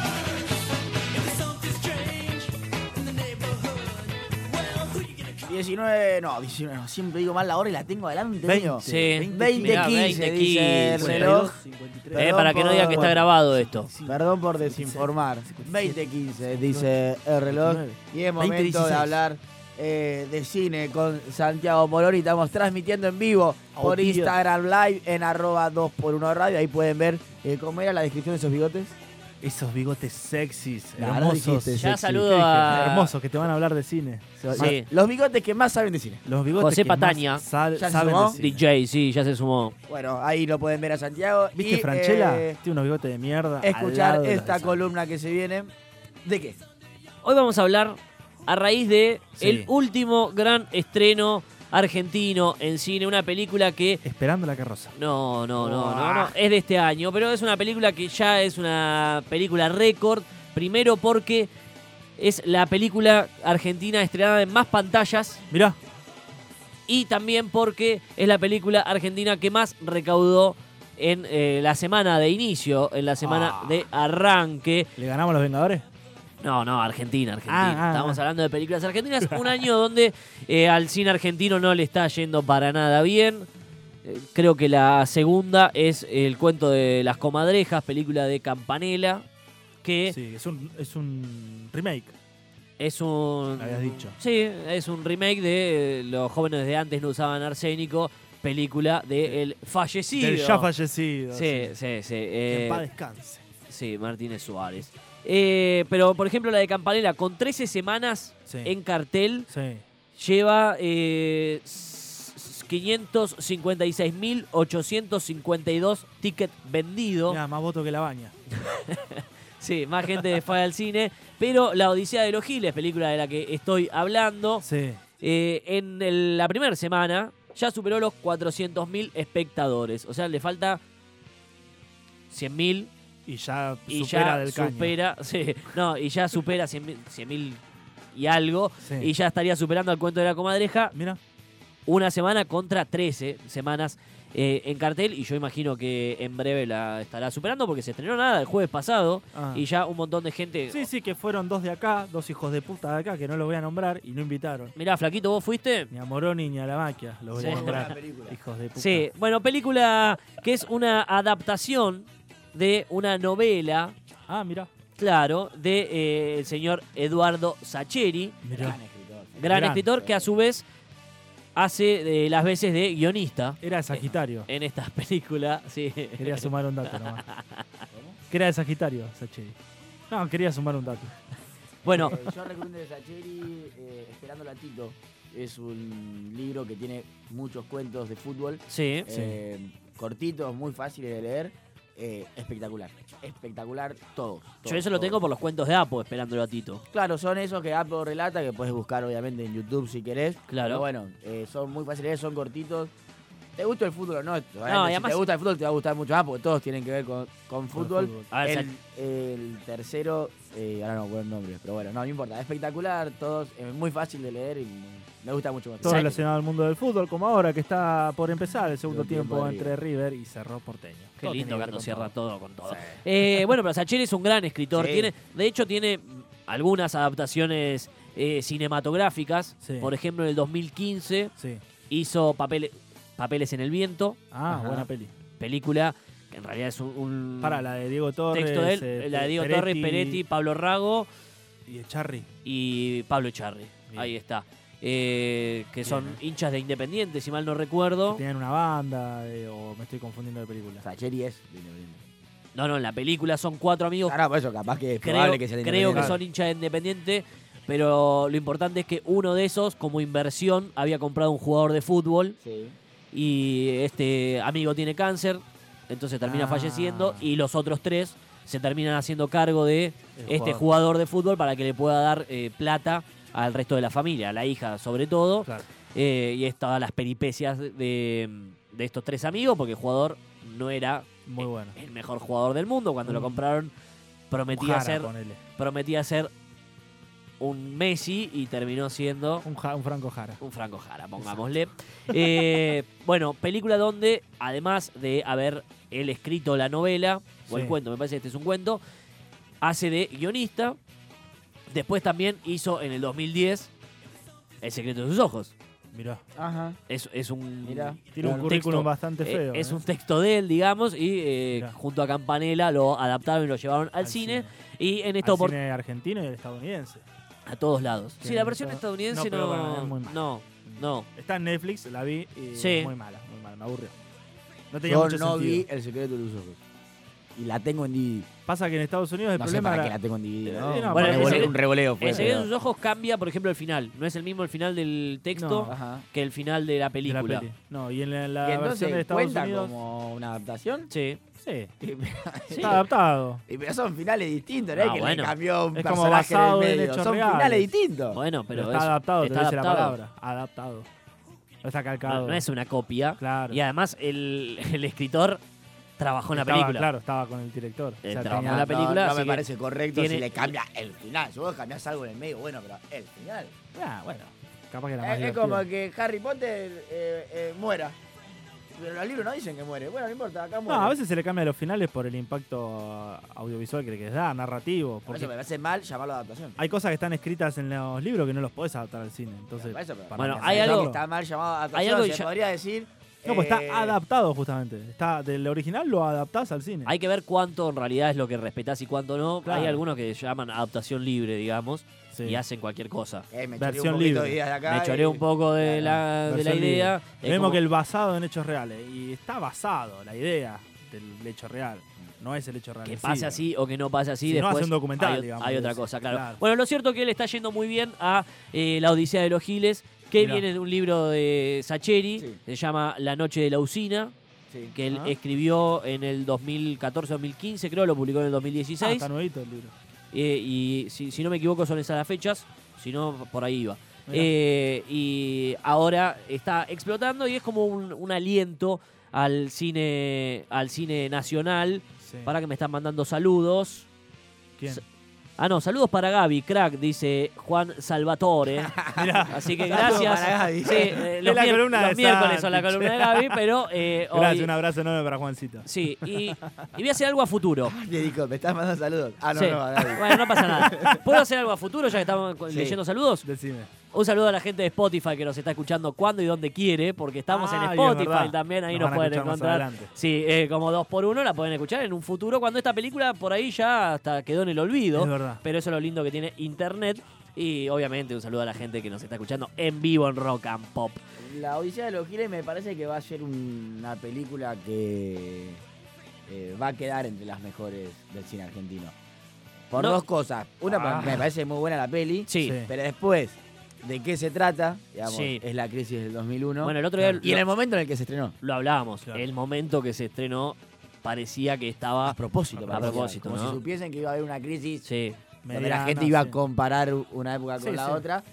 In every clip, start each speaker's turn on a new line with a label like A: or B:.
A: There's something strange in the neighborhood. Well, who you gonna
B: 19, no, 19, no, siempre digo mal la hora y la tengo adelante.
C: 20.
B: mío.
C: Sí.
B: 20,
C: Mirá,
B: 15,
C: 20,
B: dice el
C: 15,
B: reloj.
C: 53. Eh, para que no diga que está grabado esto.
B: Perdón por desinformar. 20-15, dice el reloj. Y es
D: 20,
B: momento de
D: 16.
B: hablar eh, de cine con Santiago Moroni. Estamos transmitiendo en vivo por
D: Obvio.
B: Instagram Live en arroba 2x1 radio. Ahí pueden ver eh, cómo era la descripción de esos bigotes.
D: Esos bigotes sexys,
B: La verdad
D: hermosos.
B: dijiste,
C: Ya
B: sexy.
C: saludo a-
D: Hermosos, que te van a hablar de cine. Ah,
C: Sí.
B: Los bigotes que más saben de cine.
D: Los bigotes
C: José
D: que más
C: Pataña.
D: sal-
B: ¿Ya se
D: saben
B: sumó?
D: de cine.
C: DJ, sí, ya se sumó.
B: Bueno, ahí lo pueden ver a Santiago.
D: ¿Viste
B: Y,
D: Franchella?
B: eh,
D: Tiene unos bigotes de mierda. al lado
B: escuchar
D: de los de
B: esta
D: Santi.
B: columna que se viene. ¿De qué?
C: Hoy vamos a hablar a raíz de
D: Sí.
C: el último gran estreno argentino en cine, una película que
D: Esperando la carroza.
C: No, no, no, no, no.
B: Ah.
C: Es de este año, pero es una película que ya es una película récord. Primero porque es la película argentina estrenada en más pantallas
D: Mirá,
C: y también porque es la película argentina que más recaudó en eh, la semana de inicio, en la semana
D: Ah.
C: de arranque.
D: ¿le ganamos a los Vengadores?
C: No, no, Argentina, Argentina.
D: Ah, ah,
C: Estamos
D: ah.
C: hablando de películas argentinas. Un año donde eh, al cine argentino no le está yendo para nada bien. Eh, Creo que la segunda es El cuento de las comadrejas, película de Campanella, que
D: Sí, es un, es un remake.
C: es un...
D: Lo habías dicho.
C: Sí, es un remake de eh, Los jóvenes de antes no usaban arsénico, película de El fallecido.
D: Del ya fallecido.
C: Sí, sí, sí.
D: Que
C: eh,
D: en paz descanse.
C: sí, Martínez Suárez. Eh, pero, por ejemplo, la de Campanella, con 13 semanas
D: Sí.
C: en cartel,
D: Sí.
C: lleva eh, s- s- 556.852 tickets vendidos.
D: Mirá, más voto que la baña.
C: Sí, más gente fue al cine. Pero La Odisea de los Giles, película de la que estoy hablando,
D: Sí.
C: eh, en el- la primera semana ya superó los 400.000 espectadores. O sea, le falta 100.000
D: Y ya
C: y
D: supera
C: ya
D: del caño.
C: supera, sí, no, y ya supera 100.000 100.000 y algo.
D: Sí.
C: Y ya estaría superando al cuento de la comadreja.
D: Mira,
C: una semana contra 13 semanas eh, en cartel y yo imagino que en breve la estará superando porque se estrenó nada el jueves pasado
D: Ah.
C: y ya un montón de gente...
D: Sí, sí, que fueron dos de acá, dos hijos de puta de acá, que no los voy a nombrar y no invitaron.
C: Mirá, Flaquito, ¿vos fuiste?
D: Ni a Moroni ni a la maquia los voy
C: Sí.
D: a nombrar. Hijos de puta.
C: Sí, bueno, película que es una adaptación de una novela,
D: Ah, mira.
C: claro, de eh, el señor Eduardo Sacheri,
D: Mirá.
C: gran
D: Gran.
C: escritor que a su vez hace eh, las veces de guionista
D: Era de Sagitario.
C: en estas películas. Sí.
D: Quería sumar un dato nomás. Que era de Sagitario, Sacheri. No, quería sumar un dato.
C: Bueno,
B: Eh, yo recomiendo de Sacheri eh, Esperándolo a Tito. Es un libro que tiene muchos cuentos de fútbol.
C: sí.
B: eh, cortitos, muy fáciles de leer. eh, espectacular. Espectacular todos.
C: Yo eso lo tengo por los cuentos de Apo, esperándolo a Tito.
B: Claro, son esos que Apple relata, que puedes buscar obviamente en YouTube si querés.
C: Claro.
B: Pero bueno, eh, son muy fáciles, de leer, son cortitos. ¿Te gusta el fútbol o no? Obviamente,
C: y
B: si
C: además-
B: te gusta el fútbol, te va a gustar mucho más, porque todos tienen que ver con, con fútbol.
D: fútbol.
C: A ver,
B: Ah, el, el tercero, eh, ahora no, buen nombre, pero bueno, no, no importa. Espectacular, todos, es muy fácil de leer y me- me gusta mucho más.
D: Todo relacionado al mundo del fútbol, como ahora que está por empezar el segundo
B: Segundo tiempo
D: tiempo,
B: de
D: entre River y Cerro Porteño.
C: Qué
D: Todo
C: lindo
D: tiene que
C: cuando
D: ver con
C: cierra
D: todo.
C: todo con todo. Eh, bueno, pero Sacheri es un gran escritor.
B: Sí.
C: Tiene, de hecho, tiene algunas adaptaciones eh, cinematográficas.
D: Sí.
C: Por ejemplo, en el 2015
D: Sí.
C: hizo papel- Papeles en el Viento,
D: Ah,
B: Ajá.
D: buena peli.
C: película que en realidad es un, un
D: Para la de Diego Torres.
C: Mm. texto de él,
D: eh,
C: la de Diego
D: Peretti
C: Torres, Peretti, Pablo Rago
D: Y de Charri.
C: y Pablo Echarri.
D: Bien.
C: Ahí está. Eh, que son
D: Bien.
C: hinchas de Independiente, si mal no recuerdo.
D: Tenían una banda, eh, o me estoy confundiendo de película.
B: Sacheri es. de Independiente.
C: No, no, en la película son cuatro amigos.
B: Ahora, Ah, por eso, capaz que es
C: creo
B: probable que
C: creo
B: sea
C: que,
B: de Independiente.
C: son hinchas de Independiente, pero lo importante es que uno de esos, como inversión, había comprado un jugador de fútbol
B: Sí.
C: y este amigo tiene cáncer, entonces termina
B: Ah.
C: falleciendo y los otros tres se terminan haciendo cargo de
D: El
C: este
D: jugador.
C: jugador de fútbol para que le pueda dar eh, plata al resto de la familia, a la hija sobre todo,
D: Claro.
C: eh, y estas las peripecias de, de estos tres amigos, porque el jugador no era
D: Muy bueno.
C: el mejor jugador del mundo cuando lo
D: Mm.
C: compraron, prometía
D: Jara,
C: ser
D: ponele.
C: prometía ser un Messi y terminó siendo
D: Un, Ja- un Franco Jara.
C: un Franco Jara, pongámosle. Eh, bueno, película donde, además de haber él escrito la novela, o el
D: Sí.
C: cuento, me parece que este es un cuento, hace de guionista. Después también hizo en el 2010 El secreto de sus ojos.
D: Mirá.
B: Ajá.
C: Es, es un.
B: Mirá.
D: Tiene un,
C: un
D: currículum
C: texto,
D: bastante
C: eh,
D: feo.
C: es
D: ¿eh?
C: un texto de él, digamos, y eh,
D: Mirá.
C: junto a Campanella lo adaptaron y lo llevaron al, cine, Y en esta
D: Al
C: oportunidad.
D: cine argentino y el estadounidense.
C: A todos lados.
D: Sí,
C: Sí, la versión
D: pero- no,
C: estadounidense no.
D: pero bueno, es muy mala.
C: no, no.
D: Está en Netflix, la vi y
C: Sí.
D: es muy mala, muy mala, me aburrió. No tenía
B: Yo
D: mucho
B: no vi
D: sentido.
B: El secreto de tus ojos. Y la tengo en DVD.
D: Pasa que en Estados Unidos el
B: no sé
D: problema
B: para
D: era-
B: qué la tengo en DVD. ¿no?
D: Eh, no,
B: Un
C: bueno,
B: revoleo-
C: el secre-
B: un revoleo fue.
C: El secreto de
B: pero-
C: sus ojos cambia, por ejemplo, el final. No es el mismo el final del texto
D: No.
B: Ajá.
C: que el final de la
D: de la
C: película.
D: peli. No, y en la, la
B: Y
D: versión
B: entonces
D: de Estados
B: cuenta
D: Unidos.
B: como una adaptación.
C: Sí.
D: Sí,
C: Sí.
D: está adaptado.
B: Y pero son finales distintos, ¿no?
C: Ah,
B: es que
C: bueno.
B: le cambió un
D: Ah. Es como
B: personaje en el
D: basado en
B: medio.
D: hechos
B: son
D: reales.
B: finales distintos.
C: Bueno, pero
D: está
C: es-
D: adaptado,
C: está
D: te dice la
C: adaptado.
D: palabra. Adaptado. No está calcado.
C: No, no es una copia.
D: Claro.
C: Y además el, el escritor trabajó en la
D: Estaba-
C: película.
D: Claro, estaba con el director.
C: Eh,
D: O sea,
C: trabajó
D: tenía-
C: en la
B: No,
C: película,
B: No,
C: así
B: me
C: que
B: parece correcto
C: tiene-
B: si le cambia el final. Si vos cambiás algo en el medio, bueno, pero el final.
D: Ah, bueno. Capaz que era más
B: Es, es
D: divertido.
B: como que Harry Potter eh, eh, muera. Pero los libros no dicen que muere. Bueno, no importa, acá
D: No,
B: muere.
D: a veces se le cambia los finales por el impacto audiovisual que les da, narrativo.
B: Por
D: Porque
B: eso me parece mal llamarlo adaptación.
C: Ah,
D: hay cosas que están escritas en los libros que no los podés adaptar al cine. Entonces,
B: Por eso, pero-
D: para
C: Bueno,
D: mí
C: hay
D: hacerlo-
C: algo-
B: Está mal llamado adaptación.
C: hay algo que
B: se
C: ya-
B: podría decir.
D: No, pues
B: eh,
D: está adaptado justamente. Está del original lo adaptás al cine.
C: Hay que ver cuánto en realidad es lo que respetás y cuánto no.
D: Claro.
C: Hay algunos que llaman adaptación libre, digamos,
D: Sí.
C: y hacen cualquier cosa.
B: Eh, me
D: versión
B: versión un libre.
D: libre.
B: De ideas de acá
C: Me choré
B: y-
C: un poco de la, de la
D: Versión libre.
C: idea.
D: Lo
C: Es
D: mismo
C: como-
D: que el basado en hechos reales. Y está basado la idea del hecho real. No es el hecho real.
C: que
D: en sí,
C: pase
D: ¿no?
C: así o que no pase así.
D: Si no,
C: después
D: hace un documental,
C: hay,
D: digamos,
C: hay
D: de
C: otra
D: eso.
C: cosa, claro.
D: Claro.
C: Bueno, lo cierto es que él está yendo muy bien a eh, La Odisea de los Giles, que
D: Mirá.
C: viene de un libro de Sacheri,
B: Sí.
C: se llama La Noche de la Usina,
B: Sí.
C: que él
D: Ah.
C: escribió en el 2014-2015, creo, lo publicó en el
D: Ah,
C: 2016.
D: está nuevito el libro.
C: eh, y si, si no me equivoco, son esas las fechas, si no, por ahí iba.
D: Mirá.
C: Eh, y ahora está explotando y es como un, un aliento al cine al cine nacional
D: Sí.
C: para que me están mandando saludos
D: ¿Quién?
C: Ah, no, saludos para Gaby, crack, dice Juan Salvatore. Así que gracias.
B: Saludos para Gaby.
C: Sí, eh, los,
D: Es la
C: mier-
D: columna
C: los
D: de
C: miércoles son la
D: Santi,
C: columna de Gaby, pero eh, hoy-
D: Gracias, un abrazo enorme para Juancito.
C: Sí, y, y voy a hacer algo a futuro.
B: Le dijo, me estás mandando saludos. Ah, no,
C: Sí.
B: no, a nadie.
C: Bueno, no pasa nada. ¿Puedo hacer algo a futuro ya que estamos cu-
B: Sí.
C: leyendo saludos?
D: Decime.
C: Un saludo a la gente de Spotify que nos está escuchando cuando y donde quiere, porque estamos en
D: Ah, y es
C: Spotify
D: verdad.
C: también, ahí
D: Nos
C: nos,
D: van a
C: pueden
D: escuchar más
C: encontrar.
D: adelante.
C: Sí, eh, como dos por uno la pueden escuchar en un futuro cuando esta película por ahí ya hasta quedó en el olvido.
D: Es verdad.
C: Pero eso es lo lindo que tiene internet. Y obviamente un saludo a la gente que nos está escuchando en vivo en Rock and Pop.
B: La Odisea de los Giles me parece que va a ser una película que eh, va a quedar entre las mejores del cine argentino. Por
C: No.
B: dos cosas. Una,
D: Ah.
B: me parece muy buena la peli,
C: Sí.
D: Sí.
B: pero después, ¿de qué se trata? Digamos,
C: Sí.
B: Es la crisis del 2001.
C: Bueno, el otro día
B: y en
C: lo,
B: el momento en el que se estrenó.
C: lo hablábamos.
D: Claro.
C: El momento que se estrenó parecía que estaba.
B: A propósito,
C: Ah, A
B: parecía,
C: propósito,
B: Como
C: ¿no?
B: si supiesen que iba a haber una crisis
C: Sí.
B: donde
D: Mediana,
B: la gente iba
D: sí.
B: a comparar una época con
D: Sí,
B: la
D: sí.
B: otra.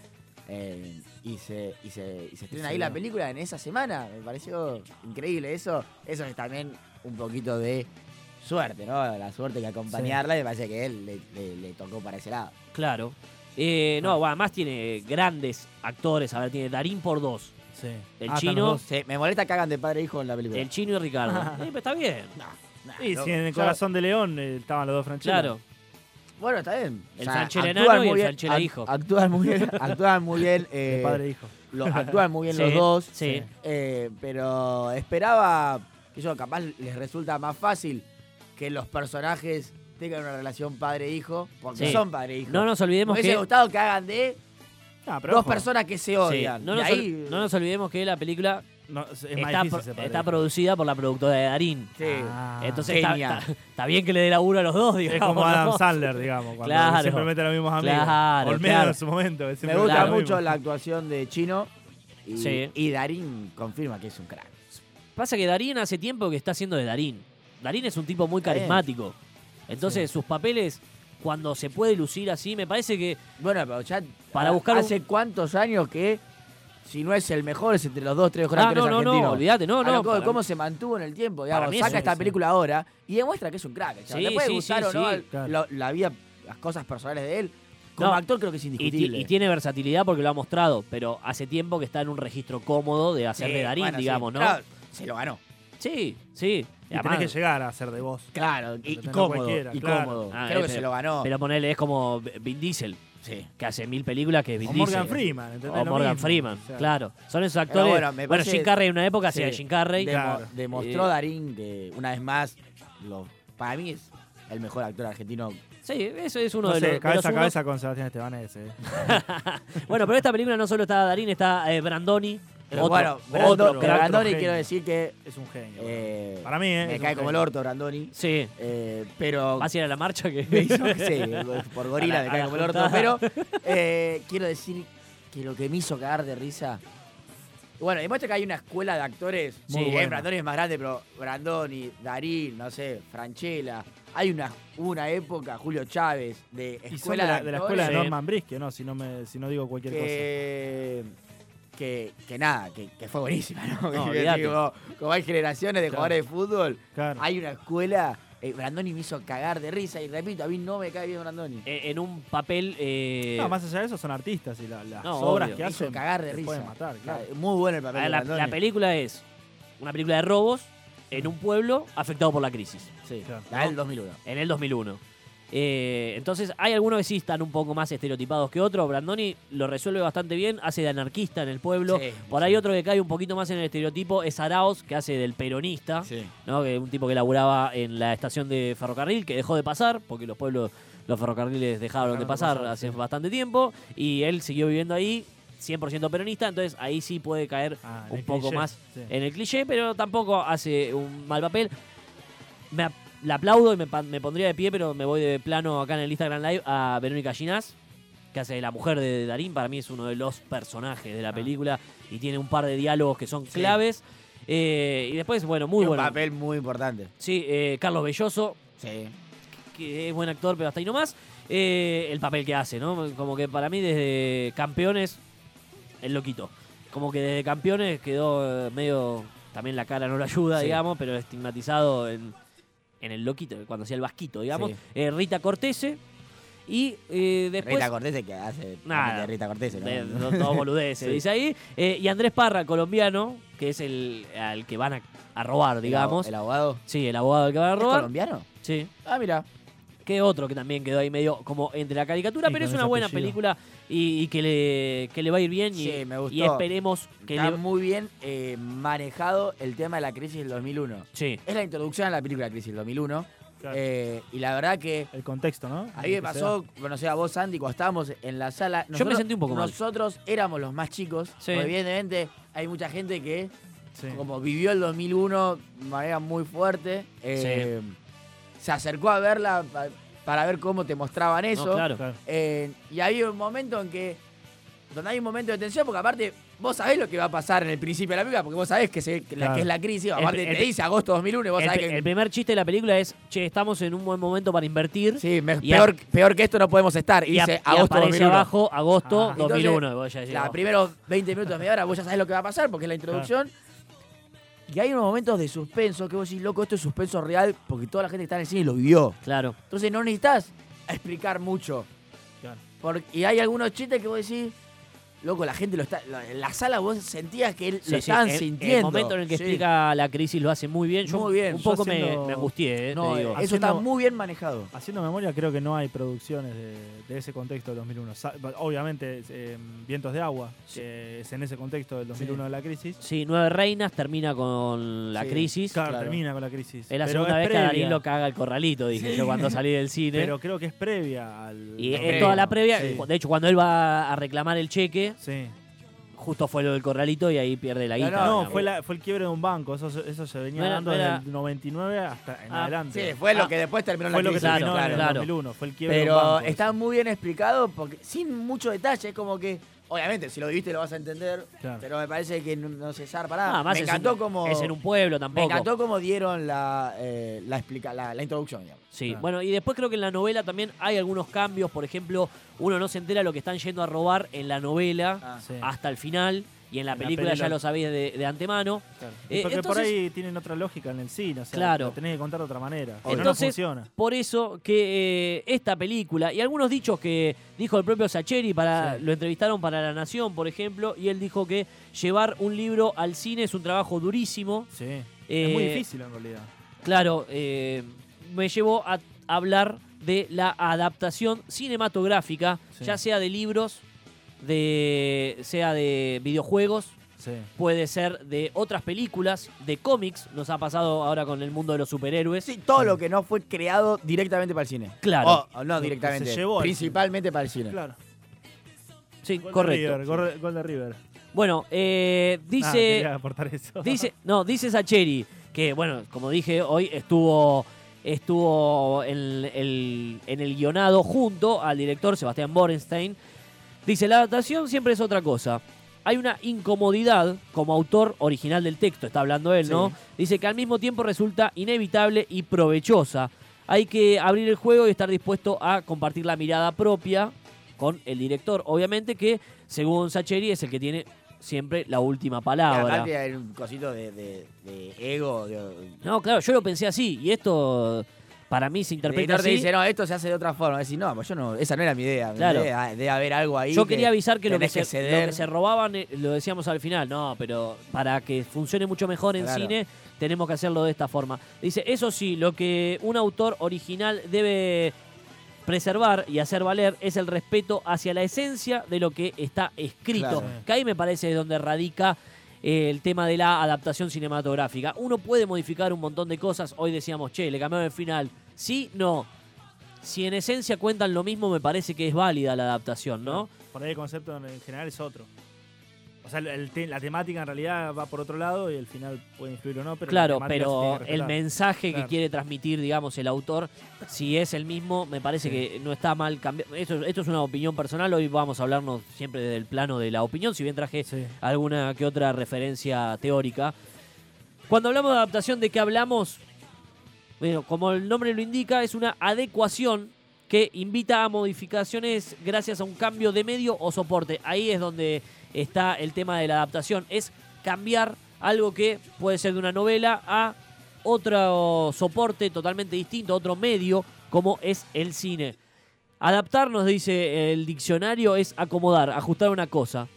B: eh, y, se, y, se, y se estrena
D: se
B: ahí la
D: dio.
B: película en esa semana. Me pareció increíble eso. Eso es también un poquito de suerte, ¿no? La suerte que acompañarla. y Me parece que él le, le- le tocó para ese lado.
C: Claro. Eh, no, bueno, además tiene grandes actores. A ver, tiene Darín por dos.
D: Sí.
C: El
D: Ah, están
C: chino-
D: los dos.
B: Sí, me molesta que hagan de padre e hijo en la película.
C: El chino y Ricardo. Eh, pero está bien.
B: Nah,
D: Sí,
B: no.
D: sí, en el
B: Yo-
D: corazón de León eh, estaban los dos franchises.
C: Claro.
B: Bueno, está bien.
C: El Franchella
B: actúan
C: enano y
B: muy
C: el
B: bien,
C: Franchella
B: act-
C: hijo.
B: Actúan muy bien, actúan muy bien, eh,
D: padre e hijo.
B: lo- actúan muy bien
C: Sí,
B: los dos.
C: Sí.
B: Eh, pero esperaba que yo capaz les resulta más fácil que los personajes tengan una relación padre-hijo, porque
C: Sí.
B: son padre-hijo.
C: No nos
B: Me
C: olvidemos
B: hubiese
C: que.
B: gustado que hagan de
D: Ah, pero
B: dos
D: ojo,
B: personas que se
C: Sí,
B: odian.
C: No,
B: Y
C: nos ol-
B: ahí,
C: no nos olvidemos que la película
D: No, es es más
C: Está,
D: difícil
C: pro-
D: separar.
C: está producida por la productora de Darín.
B: Sí.
D: Ah.
C: Entonces está,
B: genia.
C: está- está bien que le dé laburo a los dos,
D: es
C: digamos.
D: como Adam
C: ¿no?
D: Sandler, digamos, cuando
C: Claro.
D: siempre mete a los mismos amigos.
C: Claro,
D: Olmedo
C: claro.
D: en su momento. que
B: Me
D: siempre
C: Claro.
B: gusta
D: mete a los
B: mucho
D: mismos.
B: la actuación de Chino. Y,
C: Sí.
B: y Darín confirma que es un crack.
C: Pasa que Darín hace tiempo que está haciendo de Darín. Darín es un tipo muy
B: Está bien.
C: carismático. Entonces, sus papeles, cuando se puede lucir así, me parece que
B: Bueno, pero ya
C: Para buscar un-
B: hace cuántos años que si no es el mejor es entre los dos, tres
C: Ah,
B: grandes
C: no, no,
B: argentinos.
C: no, olvídate, no,
B: A
C: no.
B: lo que voy,
C: para-
B: cómo se mantuvo en el tiempo,
C: Para
B: digamos.
C: mí es
B: Saca esta
C: eso.
B: película ahora y demuestra que es un crack. chaval.
C: Sí,
B: Le puede
C: sí,
B: gustar
C: sí,
B: o no
C: sí.
B: el-
D: Claro.
B: lo- la vida, las cosas personales de él. Como
C: No.
B: actor creo que es
C: y, ti-
B: indiscutible.
C: y tiene versatilidad porque lo ha mostrado, pero hace tiempo que está en un registro cómodo de hacer
B: Sí,
C: de Darín,
B: bueno, sí.
C: digamos, ¿no?
B: Claro, se lo ganó.
C: Sí, sí.
D: Y
C: Además,
D: tenés que llegar a ser de vos.
B: Claro,
D: Pero
B: y, y
D: no
B: cómodo.
D: cualquiera,
B: Y
D: claro.
B: cómodo.
C: Ah,
B: creo
C: eh,
B: que se lo ganó.
C: pero ponerle es como Vin Diesel,
B: sí.
C: que hace mil películas que es Vin
D: O Morgan
C: Diesel.
D: Freeman, ¿entendés?
C: O
D: Lo
C: Morgan
D: mismo.
C: Freeman,
D: O sea,
C: claro. Son esos actores.
B: bueno,
C: Bueno,
B: me parece-
C: Jim Carrey en una época hacía
B: Sí.
C: de Jim Carrey.
B: Demo-
D: Claro.
B: Demostró
C: Eh.
B: Darín que, una vez más, lo- para mí es el mejor actor argentino.
C: Sí, eso es uno
D: No
C: de los.
D: sé,
C: de los
D: cabeza a
C: unos.
D: cabeza con Sebastián Estebanés. eh.
C: Bueno, pero esta película no solo está Darín, está eh, Brandoni.
B: Pero
C: otro,
B: bueno,
C: otro
B: Brandoni,
C: crack.
B: Brandoni
D: genio.
B: quiero decir que.
D: Es un genio.
B: eh,
D: Para mí, ¿eh?
B: Me
D: es
B: cae
D: un
B: como el
D: genio.
B: orto, Brandoni.
C: Sí,
B: Eh, pero.
C: más ir a la marcha que.
B: me hizo- sí, por gorila
C: A la-
B: me
C: a
B: cae
C: la
B: como el orto. Pero
C: juntada.
B: eh, quiero decir que lo que me hizo cagar de risa. Bueno, demuestra que hay una escuela de actores.
C: Muy
B: eh,
C: buena.
B: Brandoni es más grande, pero Brandoni, Darín, no sé, Franchella. Hay una, una época, Julio Chávez, de
D: Y son de
B: escuela
D: la, de la escuela de
B: actores
C: Sí.
D: Norman Brisque, ¿no? Si no, me, si no digo cualquier
B: que, que, que nada, que, que fue buenísima, ¿no?
C: No,
B: Que
C: olvídate.
B: digo, como hay generaciones de
D: Claro.
B: jugadores de fútbol,
D: cosa. Claro.
B: hay una escuela. eh, Brandoni me hizo cagar de risa y repito, a mí no me cae bien Brandoni.
C: Eh, En un papel. eh,
D: No, más allá de eso, son artistas y la- las
C: No,
D: obras
C: obvio.
D: que
B: Me
D: hacen.
B: hizo cagar de
D: te
B: risa.
D: pueden matar, claro.
B: Muy bueno el papel
C: Ah, la,
B: de
C: la
B: Brandoni.
C: película es una película de robos en un pueblo afectado por la crisis,
B: Sí,
D: Claro.
B: la del 2001.
C: en el 2001. Eh, entonces, hay algunos que sí están un poco más estereotipados que otros. Brandoni lo resuelve bastante bien, hace de anarquista en el pueblo.
B: Sí,
C: por
B: sí.
C: ahí otro que cae un poquito más en el estereotipo es Araos, que hace del peronista.
B: Sí.
C: ¿no? Que un tipo que laburaba en la estación de ferrocarril, que dejó de pasar, porque los pueblos, los ferrocarriles dejaron de pasar hace bastante tiempo, y él siguió viviendo ahí, 100% peronista, entonces ahí sí puede caer
D: Ah, en
C: un
D: el
C: poco
D: cliché,
C: más
D: sí.
C: en el cliché, pero tampoco hace un mal papel. Me ap- la aplaudo y me, pa- me pondría de pie, pero me voy de plano acá en el Instagram Live a Verónica Ginás, que hace de la mujer de Darín, para mí es uno de los personajes de la
D: Ah.
C: película y tiene un par de diálogos que son
B: Sí.
C: claves. Eh, y después, bueno, muy
B: un
C: bueno.
B: papel muy importante.
C: Sí, eh, Carlos Belloso,
B: Sí.
C: que es buen actor, pero hasta ahí nomás. eh, el papel que hace, ¿no? Como que para mí desde Campeones, el loquito. Como que desde Campeones quedó eh, medio... También la cara no lo ayuda,
B: Sí.
C: digamos, pero estigmatizado en, en el loquito, cuando hacía el vasquito, digamos.
B: Sí.
C: Eh, Rita Cortese. Y eh, después...
B: Rita Cortés que hace
C: Nada.
B: de Rita Cortés, ¿no?
C: De- no, todo boludez, se
B: Sí.
C: dice ahí. Eh, y Andrés Parra, colombiano, que es el al que van a, a robar, digamos.
B: El abogado.
C: Sí, el abogado al que van a
B: ¿Es
C: robar.
B: colombiano?
C: Sí.
B: Ah, mira.
C: que otro que también quedó ahí medio como entre la caricatura,
D: Sí,
C: pero
D: con
C: es una
D: ese
C: buena
D: apellido.
C: película y, y que, le, que le va a ir bien y,
B: Sí, me gustó.
C: y esperemos que
B: Está
C: le...
B: muy bien eh, manejado el tema de la crisis del 2001.
C: Sí,
B: Es la introducción a la película Crisis del 2001.
D: Claro.
B: eh, y la verdad que
D: El contexto, ¿no?
B: a mí me
D: Que se
B: pasó, bueno, o sea, vos, Andy, cuando estábamos en la sala.
C: me sentí un poco mal.
B: Nosotros éramos los más chicos.
C: Sí.
B: porque evidentemente hay mucha gente que,
D: da. Sí.
B: como vivió el 2001 de manera muy fuerte, eh, se acercó a verla pa- para ver cómo te mostraban eso.
C: no, claro.
D: Claro.
B: Eh, y había un momento en que. Donde hay un momento de tensión, porque aparte vos sabés lo que va a pasar en el principio de la película, porque vos sabés que, se- que la,
D: Claro.
B: que es la crisis,
C: El-
B: aparte
C: el-
B: te dice agosto 2001 y vos
C: El,
B: sabés
C: pe-
B: que...
C: el primer chiste de la película es, che, estamos en un buen momento para invertir.
B: sí, me-
C: y
B: peor, peor que esto no podemos estar. Y,
C: Y, ap-
B: dice
C: y
B: agosto
C: aparece
B: 2001.
C: abajo, agosto
D: Ah.
C: 2001.
B: Entonces,
C: y vos ya decís,
B: Los
C: oh,
B: primeros 20 minutos, media hora, vos ya sabés lo que va a pasar, porque es la introducción. Y hay unos momentos de suspenso que vos decís, loco, esto es suspenso real, porque toda la gente que está en el cine lo vivió.
C: Claro.
B: Entonces no necesitas explicar mucho.
D: Claro.
B: Por- y hay algunos chistes que vos decís, loco, la gente lo está. lo- en la sala vos sentías que él-
C: Sí,
B: lo
C: sí,
B: estaban
C: el-
B: sintiendo.
C: El momento en el que
B: Sí.
C: explica la crisis lo hace muy bien. Yo
B: Muy bien,
C: un
D: yo
C: poco me-
D: haciendo-
C: me, angustié, eh,
B: No,
C: te digo.
B: eso está
D: Haciendo-
B: muy bien manejado.
D: Haciendo memoria, creo que no hay producciones de, de ese contexto del 2001. Sa- Obviamente, es, eh, Vientos de Agua, que es en ese contexto del 2001 de la crisis.
C: Sí, Nueve Reinas termina con la
B: Sí.
C: crisis.
D: Claro,
B: Claro.
D: termina con la crisis.
C: Es la
D: Pero
C: segunda
D: es
C: vez que
D: previa.
C: a Darín lo caga el corralito, dije yo cuando salí del cine.
D: Pero creo que es previa al. al
C: Y en
D: previo.
C: toda la previa,
D: Sí.
C: de hecho, cuando él va a reclamar el cheque,
D: Sí.
C: justo fue lo del corralito y ahí pierde la
B: No,
C: guita.
D: No,
C: digamos.
D: fue, la- fue el quiebre de un banco. Eso, se- eso se venía
C: No era-
D: dando
C: no
D: desde
C: era-
D: el 99 hasta en
C: Ah,
D: adelante.
B: Sí, fue lo
C: Ah.
B: que después terminó
D: fue
B: la
D: lo que
B: crisis.
D: terminó
C: Claro,
D: en el
C: claro.
D: 2001. Fue el quiebre de un
B: Pero
D: banco.
B: está
D: eso.
B: muy bien explicado, porque sin mucho detalle, es como que, obviamente, si lo viviste lo vas a entender,
D: Claro.
B: pero me parece que no, no se zarpa nada.
C: Ah, más
B: me
C: es
B: encantó
C: en-
B: como...
C: Es en un pueblo
B: me
C: tampoco.
B: encantó como dieron la, eh, la, explica- la, la introducción, digamos.
C: Sí,
D: Claro.
C: bueno, y después creo que en la novela también hay algunos cambios. Por ejemplo, uno no se entera lo que están yendo a robar en la novela
B: Ah,
D: Sí.
C: hasta el final. Y en la
D: En la
C: película ya
D: película.
C: lo sabéis de, de antemano.
D: Claro.
C: Eh,
D: Y porque por
C: entonces-
D: ahí tienen otra lógica en el cine, o sea,
C: Claro.
D: lo tenés que contar de otra manera. Si no, no
C: Entonces,
D: funciona.
C: por eso que eh, esta película y algunos dichos que dijo el propio Sacheri, para,
D: Sí.
C: lo entrevistaron para La Nación, por ejemplo, y él dijo que llevar un libro al cine es un trabajo durísimo.
D: Sí.
C: Eh,
D: es muy difícil en realidad.
C: Claro, eh, me llevó a hablar de la adaptación cinematográfica,
D: Sí.
C: ya sea de libros, de, sea de videojuegos,
D: Sí.
C: puede ser de otras películas, de cómics, nos ha pasado ahora con el mundo de los superhéroes.
B: Sí, todo lo que no fue creado directamente para el cine.
C: Claro.
B: O- o no
D: Lo que
B: directamente,
D: se llevó al
B: principalmente para el cine.
D: Claro.
C: Sí,
D: Gol de
C: correcto.
D: River, gol de- gol de River.
C: Bueno, eh,
D: Nada,
C: dice,
D: quería aportar eso.
C: dice, no, dice Sacheri que, bueno, como dije hoy estuvo estuvo en el, en el guionado junto al director Sebastián Borenstein. Dice, la adaptación siempre es otra cosa. Hay una incomodidad como autor original del texto, está hablando él, ¿no?
D: Sí.
C: Dice que al mismo tiempo resulta inevitable y provechosa. Hay que abrir el juego y estar dispuesto a compartir la mirada propia con el director. Obviamente que, según Sacheri, es el que tiene siempre la última
B: Y
C: palabra.
B: aparte hay un cosito de, de- de ego. De,
C: No, claro, yo lo pensé así. Y esto para mí se
B: El
C: interpreta
B: director te
C: así.
B: dice, no, esto se hace de otra forma. Decís, no, pues yo no, esa no era mi idea. Mi
C: Claro.
B: idea debe haber algo ahí.
C: yo quería avisar que lo que,
B: tenés
C: se,
B: ceder.
C: lo que se robaban, eh, lo decíamos al final, no, pero para que funcione mucho mejor en
B: Claro.
C: cine, tenemos que hacerlo de esta forma. Dice, eso sí, lo que un autor original debe preservar y hacer valer es el respeto hacia la esencia de lo que está escrito.
B: Claro.
C: Que ahí me parece es donde radica eh, el tema de la adaptación cinematográfica. Uno puede modificar un montón de cosas. Hoy decíamos, che, le cambiaron el final. Sí, no. Si en esencia cuentan lo mismo, me parece que es válida la adaptación, ¿no?
D: Por ahí el concepto en en general es otro. O sea, el- el te- la temática en realidad va por otro lado y el final puede influir o no, pero. la
C: Claro,
D: temática se tiene
C: pero
D: que
C: el
D: respetar.
C: mensaje
D: Claro.
C: que quiere transmitir, digamos, el autor, si es el mismo, me parece
D: Sí.
C: que no está mal cambiar. Esto, esto es una opinión personal, hoy vamos a hablarnos siempre desde el plano de la opinión, si bien traje
D: Sí.
C: alguna que otra referencia teórica. Cuando hablamos de adaptación, ¿de qué hablamos? Bueno, como el nombre lo indica, es una adecuación que invita a modificaciones gracias a un cambio de medio o soporte. Ahí es donde está el tema de la adaptación. Es cambiar algo que puede ser de una novela a otro soporte totalmente distinto, otro medio, como es el cine. Adaptar, nos dice el diccionario, es acomodar, ajustar una cosa,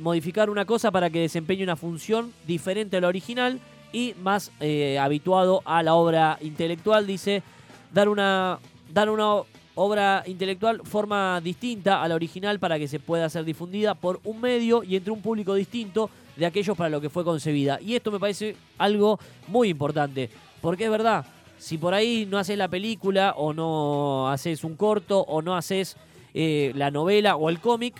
C: modificar una cosa para que desempeñe una función diferente a la original y más eh, habituado a la obra intelectual, dice, dar una, dar una obra intelectual forma distinta a la original para que se pueda ser difundida por un medio y entre un público distinto de aquellos para lo que fue concebida. Y esto me parece algo muy importante, porque es verdad, si por ahí no haces la película o no haces un corto o no haces eh, la novela o el cómic,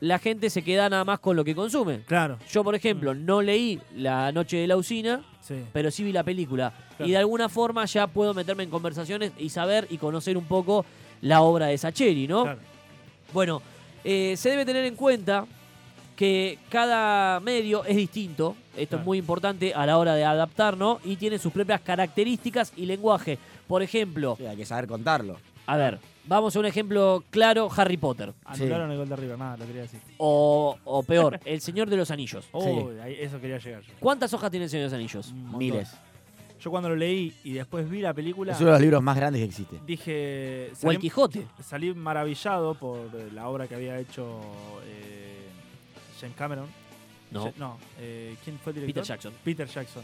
C: la gente se queda nada más con lo que consume.
D: Claro,
C: Yo, por ejemplo, no leí La Noche de la Usina,
D: sí.
C: pero sí vi la película.
D: Claro.
C: Y de alguna forma ya puedo meterme en conversaciones y saber y conocer un poco la obra de Sacheri, ¿no?
D: Claro.
C: Bueno, eh, se debe tener en cuenta que cada medio es distinto. Esto es
D: Claro.
C: muy importante a la hora de adaptar, ¿no? Y tiene sus propias características y lenguaje. Por ejemplo,
B: Sí, hay que saber contarlo.
C: a ver, vamos a un ejemplo claro, Harry Potter.
D: Anularon el gol de River, nada, lo quería decir.
C: O, o peor, El Señor de los Anillos.
D: Oh, eso quería llegar yo.
C: ¿Cuántas hojas tiene El Señor de los Anillos?
D: Un montón.
B: Miles.
D: Yo cuando lo leí y después vi la película,
B: Es uno de los libros más grandes que existe.
D: dije.
C: O El
D: salí,
C: Quijote.
D: salí maravillado por eh, la obra que había hecho eh, James Cameron.
C: No,
D: Ja- no eh, ¿quién fue el director?
C: Peter Jackson.
D: Peter Jackson.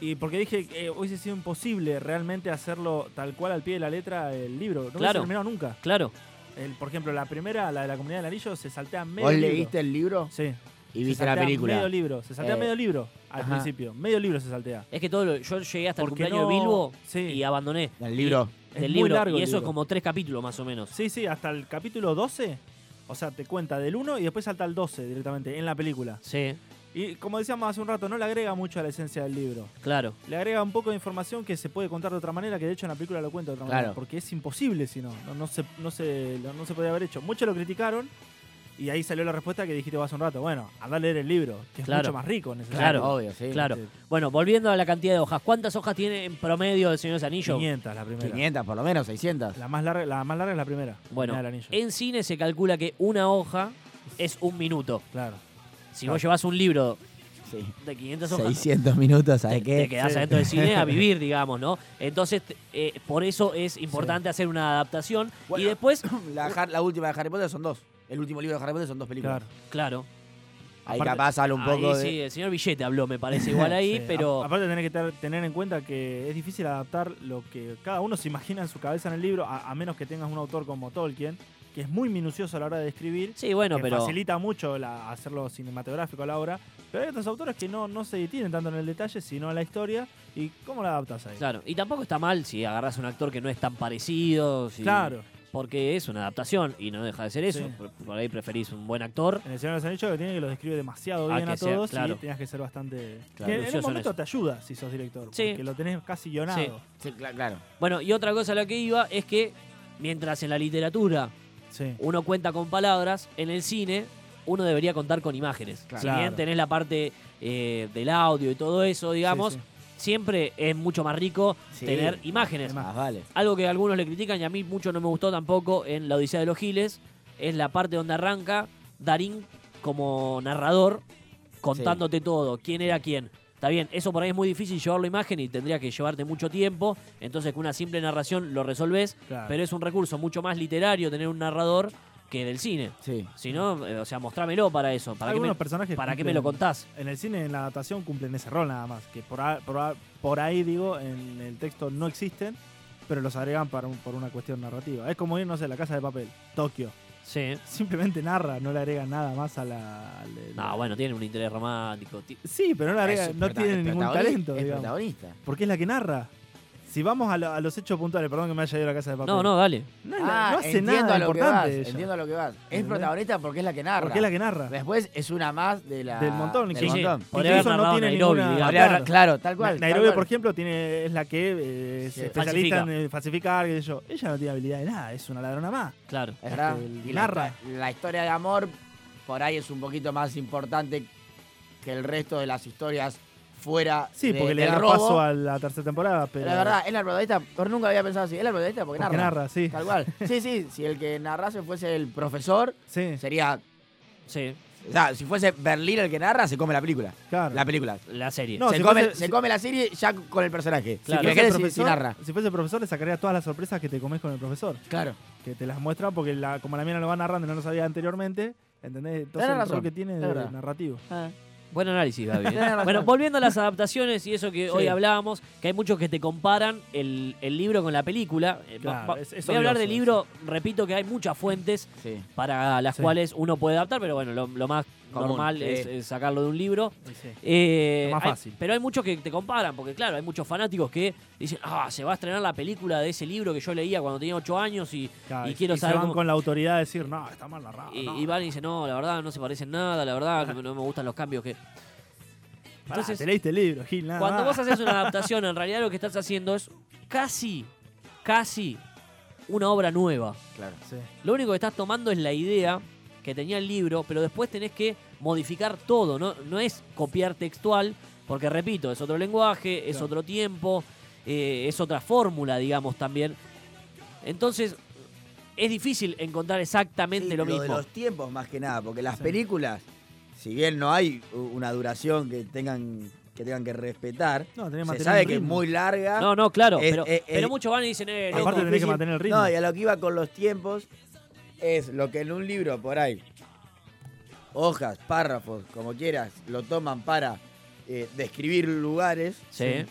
D: Y porque dije que eh, hubiese sido imposible realmente hacerlo tal cual al pie de la letra el libro. No hubiese
C: Claro.
D: terminado nunca.
C: Claro.
D: El, por ejemplo, la primera, la de la comunidad del anillo, se saltea medio
B: ¿Vos
D: libro.
B: leíste el libro
D: Sí.
B: y
D: se
B: viste la
D: saltea
B: película?
D: Medio libro. Se saltea
B: Eh,
D: medio libro al
B: ajá.
D: principio. Medio libro se saltea.
C: Es que todo lo- yo llegué hasta
D: Porque
C: el cumpleaños de
D: no-
C: Bilbo
D: sí.
C: y abandoné.
B: El libro.
D: Es
C: del
D: muy
C: libro.
D: largo
C: y
D: el
C: eso es
D: libro.
C: como tres capítulos más o menos.
D: Sí, sí, hasta el capítulo 12. O O sea, te cuenta del 1 y después salta al 12 directamente en la película.
C: Sí,
D: Y como decíamos hace un rato, no le agrega mucho a la esencia del libro.
C: claro.
D: Le agrega un poco de información que se puede contar de otra manera, que de hecho en la película lo cuenta de otra manera.
B: Claro.
D: Porque es imposible si no. No, no se, no, se, no, no se podía haber hecho. Muchos lo criticaron y ahí salió la respuesta que dijiste vos hace un rato. Bueno, anda a leer el libro, que es
C: Claro.
D: mucho más rico necesariamente.
C: Claro.
B: Obvio, sí.
C: Claro.
D: Este,
C: Bueno, volviendo a la cantidad de hojas, ¿cuántas hojas tiene en promedio el Señor de los Anillos?
D: 500 la primera.
B: 500 por lo menos, 600.
D: La más larga, la más larga es la primera.
C: Bueno,
D: la del anillo.
C: en cine se calcula que una hoja es un minuto.
D: Claro.
C: Si vos llevas un libro
B: Sí.
C: de 500 hojas,
B: 600 minutos,
C: te,
B: ¿sabes
C: te
B: qué?
C: quedás adentro del cine a vivir, digamos, ¿no? Entonces, te- eh, por eso es importante hacer una adaptación.
B: Bueno.
C: Y después,
B: La, Har- la última de Harry Potter son dos. El último libro de Harry Potter son dos películas.
D: Claro.
C: claro,
B: Ahí
D: Aparte-
B: capaz sale un poco
C: ahí
B: de...
C: sí, el señor Billete habló, me parece, igual ahí,
D: Sí,
C: pero
D: a- Aparte tenés que ter- tener en cuenta que es difícil adaptar lo que cada uno se imagina en su cabeza en el libro, a, a menos que tengas un autor como Tolkien, que es muy minucioso a la hora de escribir.
C: sí, bueno,
D: que
C: pero
D: facilita mucho la- hacerlo cinematográfico a la obra, pero hay otros autores que no, no se detienen tanto en el detalle, sino en la historia y cómo la adaptas ahí.
C: claro, y tampoco está mal si agarras un actor que no es tan parecido, si-
D: Claro.
C: porque es una adaptación y no deja de ser eso.
D: Sí.
C: Por, por ahí preferís un buen actor.
D: En el Señor de los Anillos lo que tiene es que lo describe demasiado
C: Ah,
D: bien
C: que
D: a
C: sea,
D: todos
C: claro.
D: y tenías que ser bastante...
B: Claro.
D: que en- en un
C: Minucioso en
D: momento
C: eso.
D: te ayuda si sos director,
C: Sí.
D: porque lo tenés casi guionado.
C: Sí.
B: Sí, cla- claro.
C: Bueno, y otra cosa a la que iba es que mientras en la literatura
D: Sí.
C: uno cuenta con palabras, en el cine uno debería contar con imágenes.
B: Claro.
C: Si bien
D: Claro.
C: tenés la parte eh, del audio y todo eso, digamos,
D: Sí,
C: siempre es mucho más rico
B: Sí.
C: tener imágenes.
D: Además.
B: Más Ah, vale.
C: Algo que algunos le critican y a mí mucho no me gustó tampoco en La Odisea de los Giles es la parte donde arranca Darín como narrador contándote todo, quién era quién. Está bien, eso por ahí es muy difícil llevarlo a imagen y tendría que llevarte mucho tiempo, entonces con una simple narración lo resolvés,
D: Claro.
C: pero es un recurso mucho más literario tener un narrador que del cine.
B: Sí.
C: Si no, eh, o sea, mostrámelo para eso. ¿Para, qué
D: Algunos
C: me,
D: personajes
C: para qué me
D: cumplen-
C: lo contás?
D: En el cine, en la adaptación, cumplen ese rol nada más. Que por, a- por, a- por ahí, digo, en el texto no existen, pero los agregan para un- por una cuestión narrativa. Es como ir, no sé, a la casa de papel, Tokio.
C: Sí.
D: Simplemente narra, no le agregan nada más a la. al-
C: No, bueno, tiene un interés romántico. ti-
D: Sí, pero no, le agregan-
B: Es
D: no
B: prota-
D: tiene
B: es
D: ningún
B: protagoni-
D: talento,
B: Es
D: digamos.
B: protagonista.
D: Porque es la que narra. Si vamos a, lo- a los hechos puntuales, perdón que me haya ido a la casa de papel.
C: No, no, dale.
D: No, es la-
B: Ah,
D: no hace
B: entiendo
D: nada
B: a lo que vas,
D: importante. ella.
B: Entiendo a lo que vas. Es
D: ¿Entendés?
B: protagonista porque es la que narra.
D: Porque es la que narra.
B: Después es una más de la...
D: Del montón,
B: Del
D: sí,
C: sí.
B: montón.
C: Podría haber
D: Incluso no
C: narrado
D: tiene
C: Nairobi,
D: ninguna-
C: digamos.
B: Podría haber-
D: Claro.
B: Claro, tal cual. tal
D: Nairobi,
B: cual.
D: por ejemplo, tiene, es la que eh, es
B: Sí,
D: especialista
C: falsifica.
D: en eh, falsificar, qué sé yo. Ella no tiene habilidad de nada, es una ladrona más.
C: Claro.
B: Es verdad.
D: El-
B: Y
D: narra.
B: La, histo- la historia de amor por ahí es un poquito más importante que el resto de las historias fuera
D: Sí,
B: de-
D: porque le
B: del
D: da
B: robo.
D: paso a la tercera temporada, pero.
B: La verdad, es la protagonista, pero nunca lo había pensado así, es la protagonista porque,
D: Porque narra, sí.
B: Tal cual. Sí, sí, si el que narrase fuese el profesor,
D: Sí,
B: sería...
C: Sí,
B: O sea, si fuese Berlín el que narra, se come la película.
D: claro.
B: La película.
C: la serie.
D: No,
B: se,
D: si
B: come,
D: fuese-
B: se
D: si-
B: come la serie ya con el personaje.
C: Claro.
B: Si,
D: fuese
B: querés, si- si
D: profesor,
B: narra.
D: si fuese profesor, le sacaría todas las sorpresas que te comes con el profesor.
B: Claro.
D: Que te las muestra porque la, como la mina lo va narrando y no lo sabía anteriormente, ¿entendés? Entonces
B: Tenés
D: el
B: razón, Ah.
D: rol que tiene
B: es
D: de
B: verdad.
D: narrativo.
C: Buen análisis, Gaby. ¿eh?
B: Tenés razón.
C: bueno, volviendo a las adaptaciones y eso que hoy
D: Sí.
C: hablábamos, que hay muchos que te comparan el, el libro con la película. Eh, va-
D: Claro,
C: va-
D: es- es
C: voy a hablar
D: odioso
C: del libro, repito que hay muchas fuentes
B: Sí.
C: para las
D: Sí.
C: cuales uno puede adaptar, pero bueno, lo, lo más
B: Común,
C: normal
B: sí.
C: es, es sacarlo de un libro.
D: Sí.
C: Eh,
D: Lo más
C: hay-
D: fácil.
C: pero hay muchos que te comparan, porque claro, hay muchos fanáticos que dicen, ah, se va a estrenar la película de ese libro que yo leía cuando tenía 8 años y,
D: Claro,
C: y quiero
D: se
C: saber
D: van
C: cómo-
D: con la autoridad a decir, no, está mal narrado.
C: Y,
D: no".
C: y van y dicen, no, la verdad no se parecen nada, la verdad no, no me gustan los cambios que...
D: Pará,
C: Entonces,
D: te leíste el libro, Gil, nada
C: Cuando
D: más.
C: vos haces una adaptación, en realidad lo que estás haciendo es casi, casi una obra nueva.
B: Claro.
D: Sí.
C: Lo único que estás tomando es la idea que tenía el libro, pero después tenés que modificar todo, no, no es copiar textual, porque repito, es otro lenguaje, es
D: Claro.
C: otro tiempo, eh, es otra fórmula, digamos, también. Entonces, es difícil encontrar exactamente
B: Sí,
C: lo
B: de
C: mismo.
B: los tiempos más que nada, porque las
D: Sí.
B: películas, si bien no hay u- una duración que tengan que tengan que respetar,
D: No, tenés que
B: se
D: mantener
B: sabe
D: el
B: que es
D: ritmo.
B: muy larga.
C: No, no, claro,
B: Es-
C: pero,
B: es-
C: pero
B: es-
C: muchos van y dicen, eh,
B: es
D: Aparte
C: loco,
D: tenés que
B: difícil.
D: mantener el ritmo.
B: No, y a lo que iba con los tiempos es lo que en un libro por ahí, hojas, párrafos, como quieras, lo toman para eh, describir lugares.
C: Sí.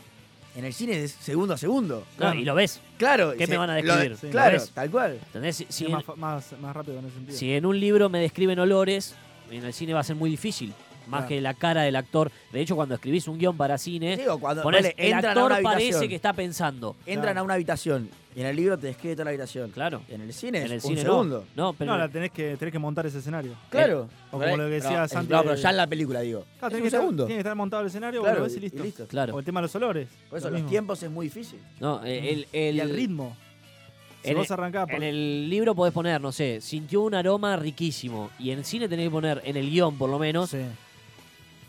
B: En el cine es segundo a segundo.
C: No, y lo ves.
B: Claro.
C: ¿Qué
B: y
C: me van a describir?
B: lo-
D: Sí,
B: claro,
C: lo ves.
B: tal cual.
C: ¿Entendés? Si-
D: Sí,
C: si
D: es
C: en-
D: más, fa- más, más rápido en ese sentido.
C: Si en un libro me describen olores, en el cine va a ser muy difícil. Más
D: Claro.
C: que la cara del actor. De hecho, cuando escribís un guión para cine,
B: Sí, o cuando
C: Eh, ponés,
B: ponele,
C: el
B: entran a
C: actor
B: una
C: parece
B: habitación.
C: que está pensando.
B: Entran
D: Claro.
B: a una habitación Y en el libro te describe toda la habitación.
C: Claro.
B: En el cine es
C: En el
B: un
C: cine no. Eh,
B: segundo.
C: No, pero
D: No, la tenés que, tenés que montar ese escenario.
B: Claro.
D: O como lo que decía
B: no, es-
D: Santi
B: No, pero
D: de-
B: ya en la película, digo.
D: Claro,
B: es
D: tiene
B: un
D: que estar-
B: segundo.
D: tiene que estar montado el escenario,
B: Claro,
D: lo ves y
B: y- y
D: listo.
B: listo.
C: claro.
D: O el tema de los olores.
B: Por eso
D: lo
B: los
D: mismo.
B: tiempos es muy difícil.
C: No, eh, el, el,
D: Y el ritmo. Si
C: en
D: vos
C: el-
D: arrancás por-
C: En el libro podés poner, no sé, sintió un aroma riquísimo. Y en cine tenés que poner, en el guión por lo menos,
D: Sí.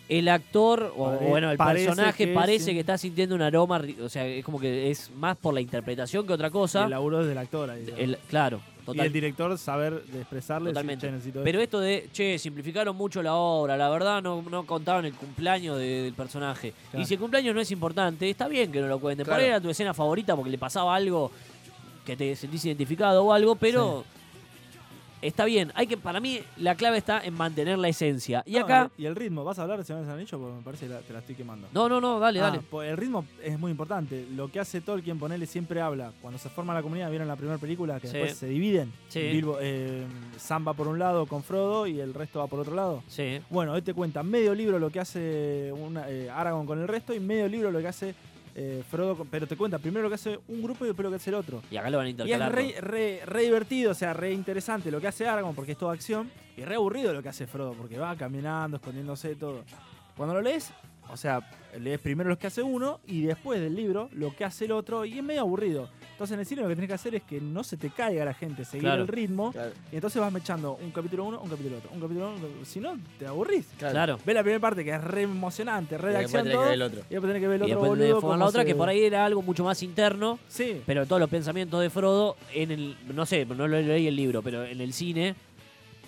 C: el actor o
D: Pare-
C: bueno, el
D: parece
C: personaje
D: que
C: parece
D: sí.
C: que está sintiendo un aroma. ri- O sea, es como que es más por la interpretación que otra cosa.
D: el laburo del actor ahí.
C: El- claro,
D: y el
C: totalmente.
D: director saber de expresarle. decir,
C: Totalmente.
D: "Che, necesito
C: Pero esto de, che, simplificaron mucho la obra, la verdad no, no contaban el cumpleaños de- del personaje.
D: Claro.
C: Y si el cumpleaños no es importante, está bien que no lo cuenten. Por
B: Claro.
C: ahí era tu escena favorita porque le pasaba algo que te sentís identificado o algo, pero está bien. Hay que, para mí, la clave está en mantener la esencia. Y
D: No,
C: acá.
D: Y el ritmo. ¿Vas a hablar de Señor del Anillo? Porque me parece que la- te la estoy quemando.
C: No, no, no, dale,
D: Ah,
C: dale.
D: pues el ritmo es muy importante. Lo que hace Tolkien, ponele, siempre habla. Cuando se forma la comunidad, ¿vieron la primera película? Que
C: Sí.
D: después se dividen.
C: Sí.
D: Bilbo, eh, Sam va por un lado con Frodo y el resto va por otro lado.
C: Sí. ¿eh?
D: Bueno, hoy te cuenta medio libro lo que hace una- eh, Aragorn con el resto y medio libro lo que hace eh, Frodo. con- pero te cuenta primero lo que hace un grupo y después lo que hace el otro.
C: Y acá lo van a
D: Y es
C: intercalar.
D: re, re- re divertido, o sea, re interesante lo que hace Aragorn porque es toda acción. Y re aburrido lo que hace Frodo porque va caminando, escondiéndose, todo. Cuando lo lees, o sea, lees primero lo que hace uno y después del libro lo que hace el otro y es medio aburrido. Entonces en el cine lo que tenés que hacer es que no se te caiga la gente, seguir
C: Claro.
D: el ritmo.
B: Claro.
D: Y entonces vas mechando un capítulo uno, un capítulo otro, un capítulo uno. un capítulo- Si no, te aburrís.
C: Claro.
D: Ve la primera parte que es re emocionante, re
B: Y
D: de
B: después
D: acción.
B: tenés que
D: todo,
B: ver el otro.
D: Y después tenés que ver el
C: Y
D: otro
C: después de
D: boludo.
C: formar la
D: cómo
C: otra,
D: se-
C: que por ahí era algo mucho más interno.
D: Sí.
C: Pero todos los pensamientos de Frodo en el. No sé, no lo leí el libro, pero en el cine.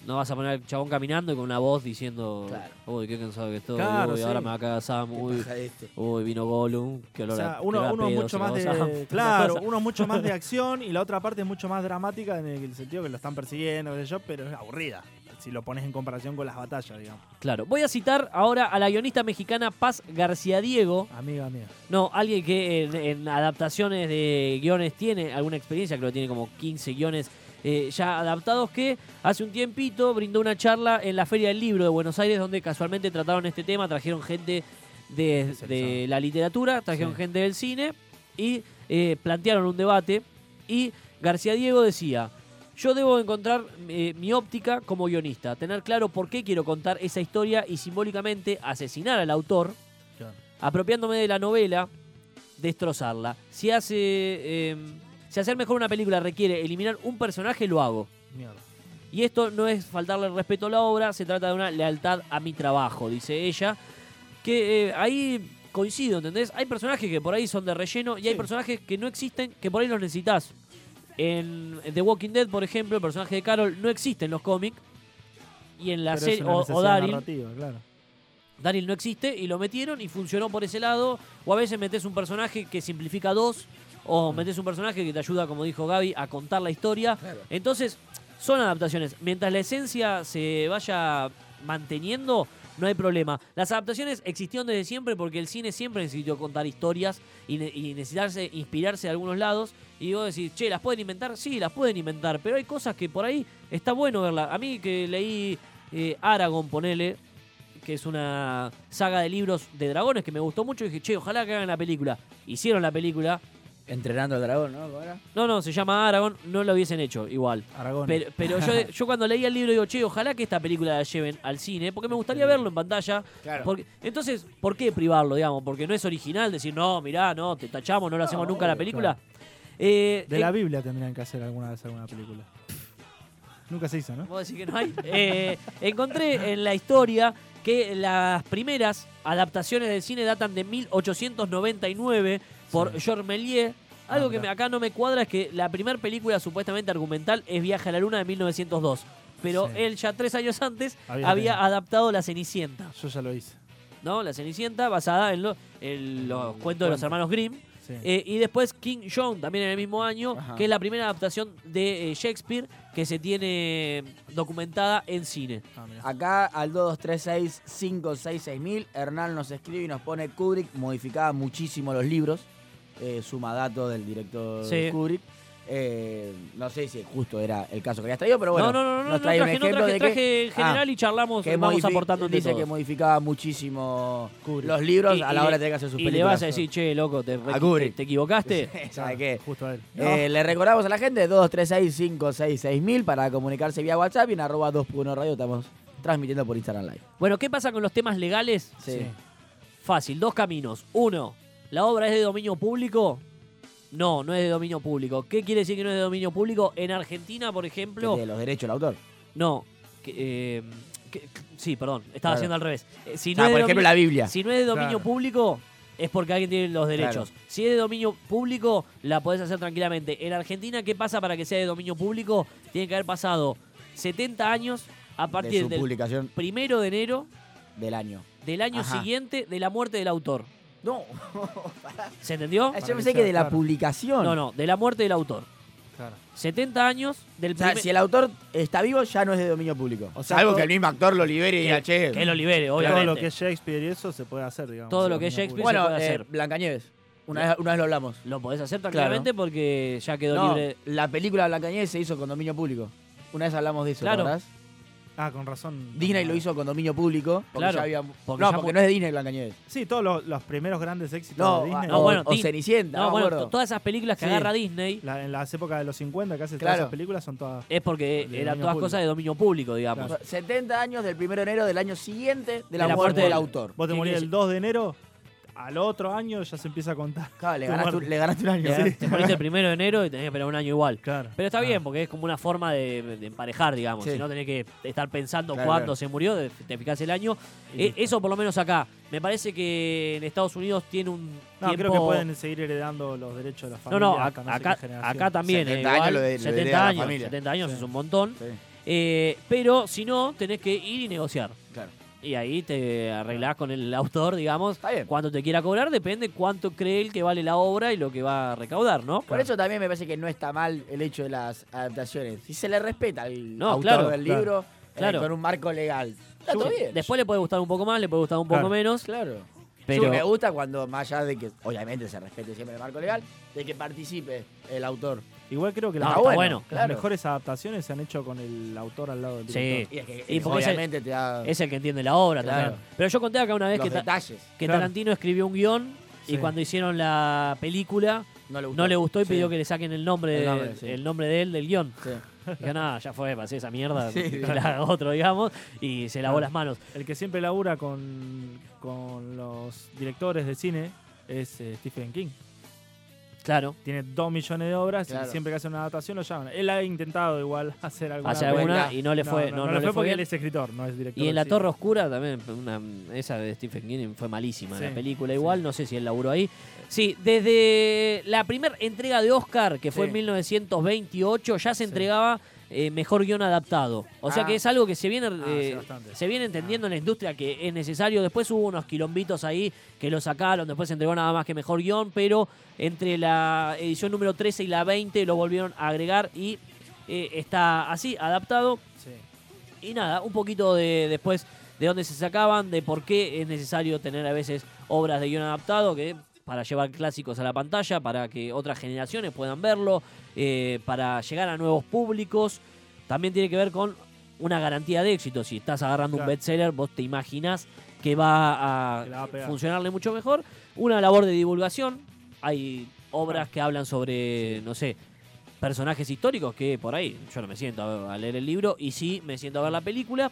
C: No vas a poner al chabón caminando y con una voz diciendo.
B: Claro.
C: Uy, qué cansado que estoy.
D: Claro,
C: uy, ahora
D: sí.
C: me va a cagar Sam.
B: ¿Qué
C: Uy,
B: pasa este?
C: uy, vino Gollum. Qué
D: O
C: olor
D: sea,
C: a-
D: uno,
C: olor a
D: uno es
C: pedo
D: mucho
C: se
D: más
C: cagó Sam.
D: de.
C: Una
D: Claro,
C: cosa.
D: uno es mucho más de acción y la otra parte es mucho más dramática en el sentido que lo están persiguiendo, qué sé yo, pero es aburrida. Si lo pones en comparación con las batallas, digamos.
C: Claro. Voy a citar ahora a la guionista mexicana Paz García Diego.
D: Amiga mía.
C: No, alguien que en, en adaptaciones de guiones tiene alguna experiencia, creo que tiene como 15 guiones eh, ya adaptados, que hace un tiempito brindó una charla en la Feria del Libro de Buenos Aires, donde casualmente trataron este tema, trajeron gente de, de eh, la literatura, trajeron
D: Sí.
C: gente del cine y eh, plantearon un debate y García Diego decía, yo debo encontrar eh, mi óptica como guionista, tener claro por qué quiero contar esa historia y simbólicamente asesinar al autor apropiándome de la novela, destrozarla. Si hace. eh, si hacer mejor una película requiere eliminar un personaje, lo hago.
D: Mierda.
C: Y esto no es faltarle el respeto a la obra, se trata de una lealtad a mi trabajo, dice ella. Que eh, ahí coincido, ¿entendés? Hay personajes que por ahí son de relleno y hay
D: Sí.
C: personajes que no existen, que por ahí los necesitas. En The Walking Dead, por ejemplo, el personaje de Carol no existe en los cómics. Y en la
D: Pero es
C: serie.
D: una
C: O, o
D: necesidad
C: Daryl.
D: narrativa, claro.
C: Daryl no existe y lo metieron y funcionó por ese lado. O a veces metes un personaje que simplifica dos. O metes un personaje que te ayuda, como dijo Gaby, a contar la historia.
B: Claro.
C: Entonces, son adaptaciones. Mientras la esencia se vaya manteniendo, no hay problema. Las adaptaciones existieron desde siempre porque el cine siempre necesitó contar historias y, ne- y necesitarse inspirarse de algunos lados. Y vos decís, che, ¿las pueden inventar? Sí, las pueden inventar, pero hay cosas que por ahí está bueno verlas. A mí que leí eh, Aragón, ponele, que es una saga de libros de dragones que me gustó mucho, y dije, che, ojalá que hagan la película. Hicieron la película.
B: Entrenando al dragón, ¿no? ¿Cómo era?
C: No, no, se llama Aragón, no lo hubiesen hecho igual.
D: Aragón.
C: Pero, pero yo, yo cuando leía el libro digo, che, ojalá que esta película la lleven al cine, porque me gustaría verlo en pantalla.
B: Claro.
C: Porque, entonces, ¿por qué privarlo, digamos? Porque no es original decir, no, mirá, no, te tachamos, no lo hacemos nunca la
B: obvio,
C: película. Eh,
D: de
C: eh,
D: la Biblia tendrían que hacer alguna vez alguna película. Nunca se hizo, ¿no?
C: ¿Vos decís que no hay? Eh, encontré en la historia que las primeras adaptaciones del cine datan de 1899 por
D: Sí.
C: Georges Méliès. Algo
D: Ah,
C: que
D: mirá.
C: me- acá no me cuadra es que la primera película supuestamente argumental es Viaje a la Luna de 1902. Pero
D: Sí.
C: él ya tres años antes
D: Había
C: había,
D: tenido.
C: adaptado La Cenicienta.
D: Yo ya lo hice.
C: ¿no? La Cenicienta basada en, lo- en los cuentos de los
D: cuento.
C: hermanos Grimm.
D: Sí.
C: Eh, y después King John, también en el mismo año,
B: Ajá.
C: que es la primera adaptación de eh, Shakespeare que se tiene documentada en cine.
D: Ah, mirá.
B: Acá al 2236-566.000, Hernán nos escribe y nos pone Kubrick modificaba muchísimo los libros. eh, suma datos del director
C: Sí.
B: Kubrick. eh, no sé si justo era el caso que habías traído, pero bueno,
C: no, no, no, no, no
B: nos trae
C: traje,
B: un
C: no
B: ejemplo
C: traje,
B: de
C: traje
B: que,
C: en general
B: Ah,
C: y charlamos,
B: que
C: vamos
B: modifi-
C: aportando entre
B: dice que
C: todos.
B: modificaba muchísimo
D: Kubrick.
B: los libros
C: Y-
B: a
C: y
B: la
C: le-
B: hora de tener que hacer sus
C: Y
B: películas.
C: le vas a decir, che, loco, te, re-
B: A Kubrick.
C: te- te equivocaste.
B: ¿Sabe qué?
D: Justo a él.
B: Eh, le recordamos a la gente 2365666000 para comunicarse vía WhatsApp y en arroba 2.1 radio estamos transmitiendo por Instagram Live.
C: Bueno, ¿qué pasa con los temas legales?
B: Sí.
C: Fácil, dos caminos. Uno, ¿la obra es de dominio público? No, no es de dominio público. ¿Qué quiere decir que no es de dominio público? En Argentina, por
B: Que
C: ejemplo,
B: tiene los derechos del autor.
C: no. que, eh, que- sí, perdón,
B: Claro.
C: estaba haciendo al revés. Eh, si
B: O sea, por
C: no es de
B: ejemplo,
C: dominio-
B: la Biblia.
C: Si no es de dominio
D: Claro.
C: público, es porque alguien tiene los derechos. Si es de dominio público, la podés hacer tranquilamente. En Argentina, ¿qué pasa para que sea de dominio público? Tiene que haber pasado 70 años a
B: de
C: partir
B: su
C: del
B: publicación
C: primero de enero
B: del año.
C: del año
B: Ajá.
C: siguiente de la muerte del autor.
B: No,
C: ¿Se entendió?
B: Ah, yo pensé que de la
D: Claro.
B: publicación.
C: No, no, de la muerte del autor.
D: Claro.
C: 70 años del
B: O sea,
C: primer-
B: si el autor está vivo, ya no es de dominio público.
D: O
B: O
D: sea,
B: sea, algo
D: todo-
B: que el mismo actor lo libere y diga, che.
C: que, que lo libere, obviamente.
D: Todo lo que es Shakespeare y eso se puede hacer, digamos.
C: Todo lo
D: Sí,
C: que es
D: una
C: Shakespeare
D: pura-
C: se
B: bueno,
C: puede
B: eh,
C: hacer.
B: Blancanieves. Una vez, una vez lo hablamos.
C: Lo podés hacer tranquilamente porque ya quedó
B: No,
C: libre.
B: la película Blancanieves se hizo con dominio público. Una vez hablamos de eso,
C: Claro. Ah.
B: ¿verdad?
D: Ah, con razón.
B: Disney lo hizo con dominio público. Porque
C: Claro,
B: ya había-
C: porque
B: no,
C: ya mu-
B: porque no es de Disney Blancanieves.
D: Sí, todos los, los primeros grandes éxitos
B: No,
D: de Disney.
C: no,
B: o,
C: bueno,
B: o
C: Disney-
B: Cenicienta.
C: No,
B: me
C: bueno,
B: acuerdo.
C: to- todas esas películas que
D: Sí.
C: agarra Disney
D: La- en las épocas de los 50, casi todas
B: Claro.
D: esas películas son todas.
C: es porque
D: De dominio
C: eran todas
D: público.
C: cosas de dominio público, digamos.
D: Claro.
B: 70 años del 1 de enero del año siguiente de la,
C: De la muerte
B: muerte del
C: del-
B: autor.
D: Vos te
C: ¿Qué
D: morís
C: quiere
D: el 2 de enero, al otro año ya se empieza a contar.
B: Claro, le
D: Tu
B: ganaste, un-
D: muerte.
B: le ganaste un año.
C: Eh, Te- Te moriste el primero de enero y tenés que esperar un año igual.
D: Claro.
C: Pero está
D: Ah.
C: bien, porque es como una forma de, de emparejar, digamos.
B: Sí.
C: Si no tenés que estar pensando
B: Claro,
C: cuándo
B: claro.
C: se murió, de- te fijás el año.
D: Y
C: Eh,
D: listo.
C: eso por lo menos acá. Me parece que en Estados Unidos tiene un
D: No,
C: tiempo...
D: creo que pueden seguir heredando los derechos de las
C: No,
D: familias.
C: no,
D: hasta
C: acá,
D: sé qué
C: acá,
D: generación.
C: acá también.
B: 70
C: eh,
B: años
C: igual,
B: lo de- lo
C: 70
B: hereda la
C: años,
B: familia.
C: 70 años
D: Sí.
C: es un montón.
B: Sí,
C: Eh, pero si no, tenés que ir y negociar.
B: claro.
C: Y ahí te arreglás con el autor, digamos.
B: Está bien.
C: Cuánto te quiera cobrar depende cuánto cree él que vale la obra y lo que va a recaudar, ¿no?
B: Por eso también me parece que no está mal el hecho de las adaptaciones. Si se le respeta al
C: No,
B: autor
C: claro,
B: del
D: claro,
B: libro eh,
C: claro.
B: con un marco legal. Está todo bien.
C: Después le puede gustar un poco más, le puede gustar un poco
D: Claro.
C: menos.
B: claro.
C: Pero
B: Sí, me gusta cuando, más allá de que obviamente se respete siempre el marco legal, de que participe el autor.
D: Igual creo que
C: No,
D: las-
C: está
D: las
C: bueno,
B: claro.
D: mejores adaptaciones se han hecho con el autor al lado del
C: Sí.
D: director.
B: Y, es que,
C: Y
B: eh,
C: porque ese-
B: obviamente te da
C: es el que entiende la obra
B: Claro.
C: también. Pero yo conté acá una vez
B: los
C: que, ta-
B: detalles.
C: que
D: Claro.
C: Tarantino escribió un guión y
D: Sí.
C: cuando hicieron la película
B: No le gustó.
C: no le gustó y
B: Sí.
C: pidió que le saquen el nombre,
B: El
C: de- el
B: nombre,
C: nombre,
B: sí.
C: de él del guión.
B: Sí.
C: Dije, nada, ya fue, pasé esa mierda,
B: Sí,
C: que
B: claro.
C: la haga otro, digamos, y se lavó
D: Claro.
C: las manos.
D: El que siempre labura con, con los directores de cine es eh, Stephen King.
C: Claro.
D: Tiene dos millones de obras
B: Claro.
D: y siempre que hace una adaptación lo llaman. Él ha intentado igual hacer alguna.
C: Hace
B: buena.
C: alguna y no le fue, no, no le fue
D: porque
C: bien.
D: él es escritor, no es director.
C: Y en
D: de
C: La
D: cine.
C: Torre Oscura también, una, esa de Stephen King fue malísima
D: Sí,
C: la película
D: sí.
C: igual, no sé si él laburó ahí. Sí, desde la primera entrega de Oscar, que fue
B: Sí.
C: en 1928, ya se entregaba eh, mejor guión adaptado. O sea
B: Ah.
C: que es algo que se viene,
D: hace
C: eh,
D: bastante. Ah.
C: se viene entendiendo en la industria que es necesario. Después hubo unos quilombitos ahí que lo sacaron, después se entregó nada más que mejor guión, pero entre la edición número 13 y la 20 lo volvieron a agregar y eh, está así, adaptado.
D: Sí.
C: Y nada, un poquito de después de dónde se sacaban, de por qué es necesario tener a veces obras de guión adaptado, que para llevar clásicos a la pantalla, para que otras generaciones puedan verlo, eh, para llegar a nuevos públicos. También tiene que ver con una garantía de éxito. Si estás agarrando un
D: Claro.
C: bestseller, vos te imaginas que va a
D: Que la va a pegar.
C: funcionarle mucho mejor. Una labor de divulgación. Hay obras que hablan sobre, no sé, personajes históricos que por ahí yo no me siento a, ver- a leer el libro y sí me siento a ver la película.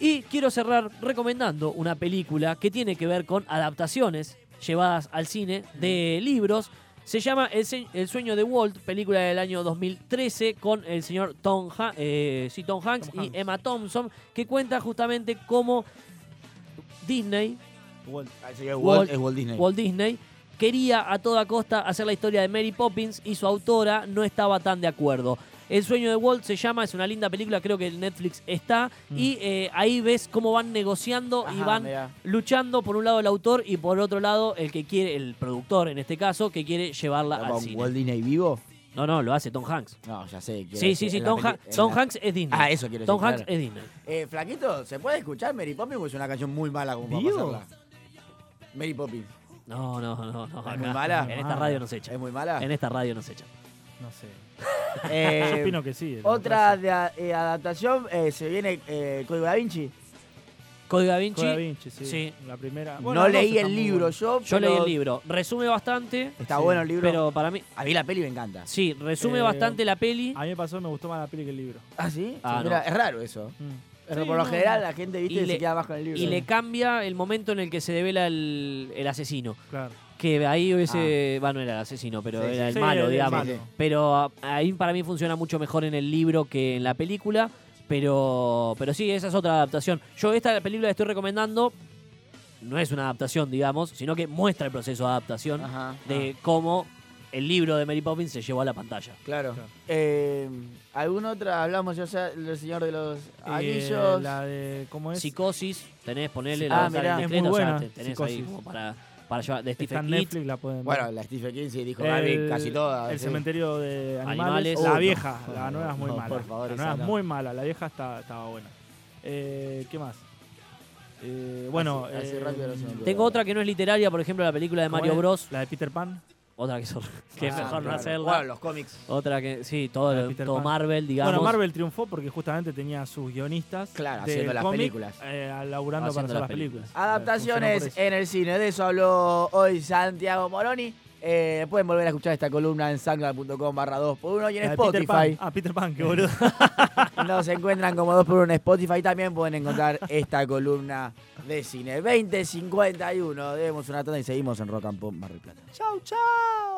C: Y quiero cerrar recomendando una película que tiene que ver con adaptaciones llevadas al cine de libros. Se llama El, se- El sueño de Walt, película del año 2013 con el señor Tom, Ha- eh, sí, Tom Hanks
D: Tom
C: y
D: Hanks.
C: Emma Thompson, que cuenta justamente cómo Disney
D: Walt.
B: Ah, sí, es Walt,
C: Walt-
B: es Walt Disney.
C: Walt Disney quería a toda costa hacer la historia de Mary Poppins y su autora no estaba tan de acuerdo. El sueño de Walt se llama, es una linda película, creo que en Netflix está, y eh, ahí ves cómo van negociando y
B: Mm. Ajá,
C: van
B: mirá.
C: luchando por un lado el autor y por otro lado el que quiere, el productor en este caso, que quiere llevarla
B: ¿Con
C: al cine.
B: Walt Disney vivo?
C: No, no, lo hace Tom Hanks.
B: No, ya sé. quiero
C: Sí, sí,
B: decir,
C: sí,
B: en la
C: Tom,
B: peli-
C: Ha-
B: en
C: Tom
B: la-
C: Hanks es Disney.
B: Ah, eso quiero
C: Tom
B: decir,
C: Hanks
B: claro.
C: es Disney.
B: Eh, flaquito, ¿se puede escuchar Mary Poppins? Porque es una canción muy mala como para
D: ¿Vivo?
B: pasarla. Mary Poppins.
C: No, no, no, no.
B: ¿Es muy
C: acá-
B: mala?
C: En esta
D: Mala.
C: radio no se echa.
B: ¿Es muy mala?
C: En esta radio no se echa.
D: No sé.
B: Eh,
D: Yo opino que sí. la
B: Otra
D: democracia.
B: de a- eh, adaptación eh, se viene eh, Código Da Vinci.
C: Código Da Vinci.
D: Código Da Vinci, sí.
C: Sí.
D: La primera.
B: no
D: las dos
B: leí
D: están
B: el
D: muy
B: libro
D: buenas.
B: yo,
C: Yo
B: pero
C: leí el libro. Resume bastante,
B: Está
D: Sí,
B: bueno el libro.
C: pero para mí.
B: A mí la peli me encanta.
C: Sí, resume
D: Eh,
C: bastante la peli.
D: A mí me pasó, me gustó más la peli que el libro.
B: ¿Ah, sí?
C: Ah,
B: Sí, mira,
C: no.
B: Es raro eso.
D: Mm.
B: Pero
D: Sí,
B: por lo
D: no,
B: general
D: no.
B: la gente viste
C: Y
B: que se
C: le-
B: queda más con el libro.
C: Y le cambia el momento en el que se devela el, el asesino.
D: Claro.
C: Que ahí hubiese. Bueno, no era el asesino, pero
B: Ah. Sí, sí,
C: era el
D: Sí,
C: malo,
D: el
C: digamos.
D: malo.
C: Pero a- ahí para mí funciona mucho mejor en el libro que en la película. Pero, pero sí, esa es otra adaptación. Yo esta película que estoy recomendando no es una adaptación, digamos, sino que muestra el proceso de adaptación
B: Ajá. Ah.
C: de cómo el libro de Mary Poppins se llevó a la pantalla.
B: Claro.
D: Claro.
B: Eh, ¿Alguna otra? Hablamos ya sea El Señor de los Anillos.
D: Eh, la de. ¿Cómo es?
C: Psicosis, tenés, ponele
B: Ah,
C: la
B: mirá.
C: sala
B: Es
D: muy
C: indiscreta, o sea,
D: buena,
C: te- tenés ahí
D: Psicosis.
C: como para, para llevar de
D: Está
C: Stephen
D: en
C: King.
D: Netflix, la pueden ver.
B: Bueno, la Stephen King sí dijo
D: El-
B: Gaby casi todas.
D: El
B: sí.
D: cementerio de animales. La
C: Animales. Uy, no.
D: vieja,
B: No,
D: la nueva es muy
B: no,
D: mala.
B: por favor,
D: la
B: esa
D: nueva es
B: no.
D: muy mala, la vieja está, estaba buena. Eh, ¿Qué más? Eh, bueno,
B: Así- así
D: eh,
B: rápido lo hacemos.
C: Tengo otra que no es literaria, por ejemplo, la película de
D: ¿cómo
C: Mario
D: es?
C: Bros.
D: La de Peter Pan.
C: Otra que, son- que es
B: Ah,
C: mejor no
B: claro.
C: hacerla.
B: Bueno, los cómics.
C: Otra que, sí, todo,
D: La de Ah, Peter
C: todo
D: Pan.
C: Marvel, digamos.
D: Bueno, Marvel triunfó porque justamente tenía a sus guionistas.
B: Claro,
D: del
B: haciendo las
D: cómic,
B: películas.
D: eh, laburando
C: Haciendo
D: para hacer
C: las
D: las películas.
B: Adaptaciones eh,
D: Funcionó
B: en el cine. De eso habló hoy Santiago Moroni. Eh, pueden volver a escuchar esta columna en sangla.com barra 2x1 y en
D: por eso. La de Peter Pan.
B: Spotify.
D: Ah, Peter Pan, qué boludo.
B: Nos encuentran como 2x1 en Spotify. También pueden encontrar esta columna de cine. 2051. Debemos una tanda y seguimos en Rock and Pop Mar del Plata.
D: chau, chau.